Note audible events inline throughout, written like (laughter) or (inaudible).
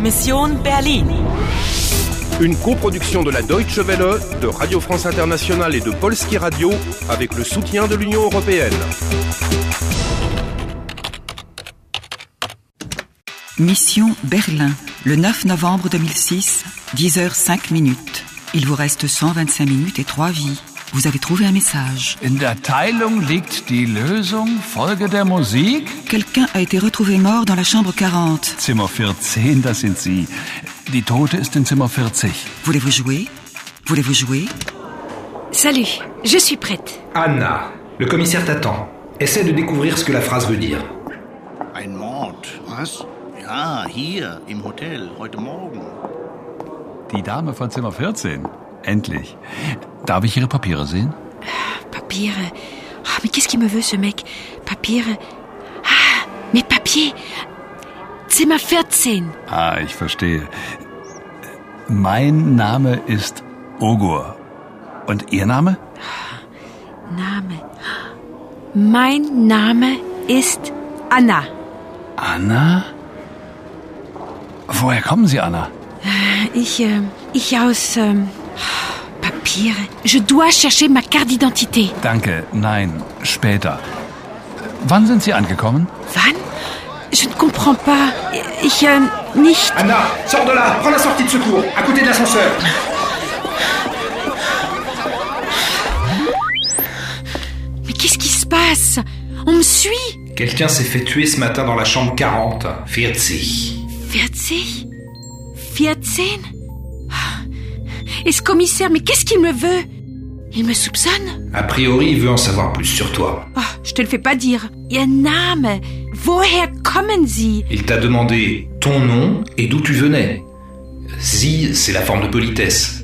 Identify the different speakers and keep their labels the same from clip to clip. Speaker 1: Mission Berlin.
Speaker 2: Une coproduction de la Deutsche Welle, de Radio France Internationale et de Polski Radio avec le soutien de l'Union européenne.
Speaker 3: Mission Berlin, le 9 novembre 2006, 10h05 minutes. Il vous reste 125 minutes et 3 vies. Vous avez trouvé un message.
Speaker 4: In der Teilung liegt die Lösung. Folge der Musik.
Speaker 3: Quelqu'un a été retrouvé mort dans la chambre 40.
Speaker 4: Zimmer 14, das sind Sie. Die Tote ist in Zimmer 40.
Speaker 3: Voulez-vous jouer Voulez-vous jouer
Speaker 5: Salut, je suis prête.
Speaker 6: Anna, le commissaire t'attend. Essaie de découvrir ce que la phrase veut dire.
Speaker 7: Ein Mord. Was? Ja, hier im Hotel, heute Morgen.
Speaker 4: Die Dame von Zimmer 14. Endlich. Darf ich Ihre Papiere sehen?
Speaker 5: Papier. Ah, mais qu'est-ce qu'il me veut, ce mec Papier. Ah, mes papiers. Zimmer 14.
Speaker 4: Ah, ich verstehe. Mein Name ist Ogur. Und Ihr Name?
Speaker 5: Name. Mein Name ist Anna.
Speaker 4: Anna? Woher kommen Sie, Anna?
Speaker 5: Ich, äh, ich aus ähm, Papiere. Je dois chercher ma carte d'identité.
Speaker 4: Danke, nein, später. Wann sind Sie angekommen?
Speaker 5: Wann? Je ne comprends pas. Ich äh, nicht.
Speaker 6: Anna, sors de là Prends la sortie de secours, à côté de l'ascenseur
Speaker 5: Mais qu'est-ce qui se passe On me suit.
Speaker 6: Quelqu'un s'est fait tuer ce matin dans la chambre 40. Fiatzi.
Speaker 5: 40 14 Et ce commissaire, mais qu'est-ce qu'il me veut Il me soupçonne
Speaker 6: A priori, il veut en savoir plus sur toi.
Speaker 5: oh, Je te le fais pas dire. Ihr Name, woher kommen Sie
Speaker 6: Il t'a demandé ton nom et d'où tu venais. Zi, c'est la forme de politesse.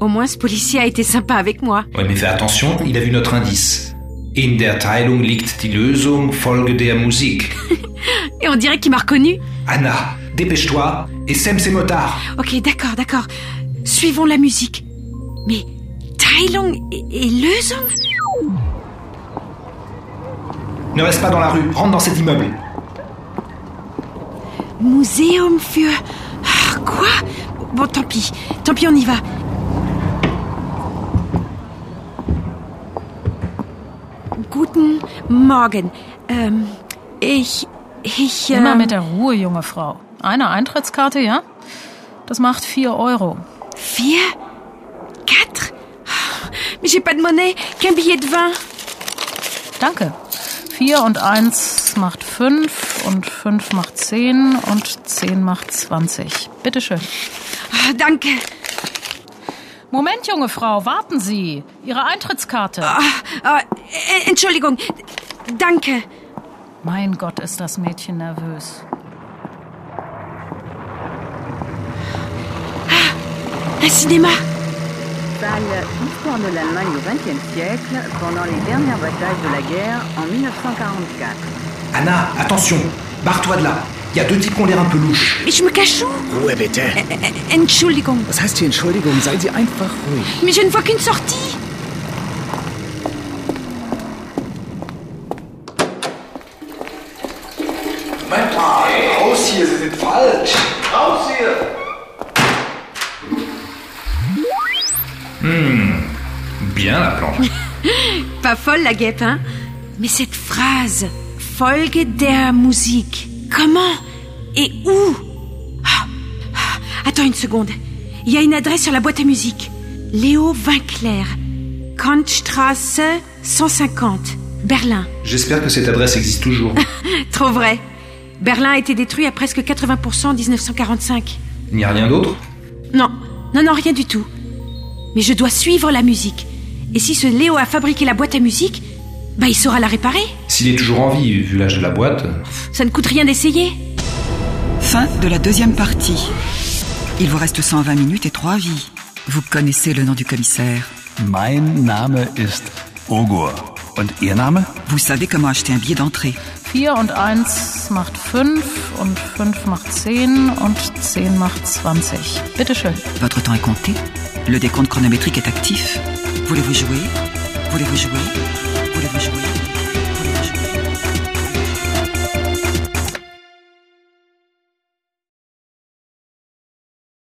Speaker 5: Au moins, ce policier a été sympa avec moi.
Speaker 6: Ouais, mais fais attention, il a vu notre indice. In der Teilung liegt die Lösung, Folge der Musik.
Speaker 5: Et on dirait qu'il m'a reconnu.
Speaker 6: Anna, dépêche-toi et sème ces motards.
Speaker 5: Ok, d'accord, d'accord. Suivons la musique. Mais Tailong et, et Leusong
Speaker 6: Ne reste pas dans la rue, rentre dans cet immeuble.
Speaker 5: Museum für... Ah, quoi Bon, tant pis. Tant pis, on y va. Guten Morgen. Ähm, ich... Ich...
Speaker 8: Immer
Speaker 5: ähm,
Speaker 8: mit der Ruhe, junge Frau. Eine Eintrittskarte, ja? Das macht vier Euro.
Speaker 5: Vier Quatre Ah, Mais j'ai pas de monnaie qu'un billet de vin.
Speaker 8: Danke. Vier und eins macht fünf und fünf macht zehn und zehn macht zwanzig. Bitteschön.
Speaker 5: Ah, danke.
Speaker 8: Moment, junge Frau, warten Sie. Ihre Eintrittskarte.
Speaker 5: Ah, äh, Entschuldigung. Danke.
Speaker 8: Mein Gott, ist das Mädchen nervös.
Speaker 5: Un cinéma
Speaker 9: Salle Histoire de l'Allemagne au XXe siècle pendant les dernières batailles de la guerre en 1944.
Speaker 6: Anna, attention, barre-toi de là. Il y a deux types qui ont l'air un peu louches.
Speaker 5: Mais je me cache où
Speaker 10: Ruhe bitte.
Speaker 5: Entschuldigung.
Speaker 10: Was heißt hier Entschuldigung? Seien Sie einfach ruhig.
Speaker 5: Mais je ne vois qu'une sortie.
Speaker 11: Moment mal, raus hier, Sie sind falsch. Raus hier.
Speaker 6: Hmm, Bien la planche.
Speaker 5: Pas folle la guêpe, hein Mais cette phrase, Folge der Musik, comment et où Ah, ah, Attends une seconde. Il y a une adresse sur la boîte à musique. Léo Vinclair, Kantstrasse 150, Berlin. (laughs)
Speaker 6: J'espère que cette adresse existe toujours.
Speaker 5: Trop vrai. Berlin a été détruit à presque 80% en 1945.
Speaker 6: Il n'y a rien d'autre
Speaker 5: Non, non, non, rien du tout. Mais je dois suivre la musique. Et si ce Léo a fabriqué la boîte à musique, bah il saura la réparer.
Speaker 6: S'il est toujours en vie, vu l'âge de la boîte.
Speaker 5: Ça ne coûte rien d'essayer.
Speaker 3: Fin de la deuxième partie. Il vous reste 120 minutes et 3 vies. Vous connaissez le nom du commissaire.
Speaker 4: Mein Name ist Ogur. Und Ihr Name?
Speaker 3: Vous savez comment acheter un billet d'entrée.
Speaker 8: Vier und eins macht fünf und fünf macht zehn und zehn macht zwanzig. Bitteschön.
Speaker 3: Votre temps est compté. Le décompte chronométrique est actif. Voulez-vous jouer Voulez-vous jouer Voulez-vous jouer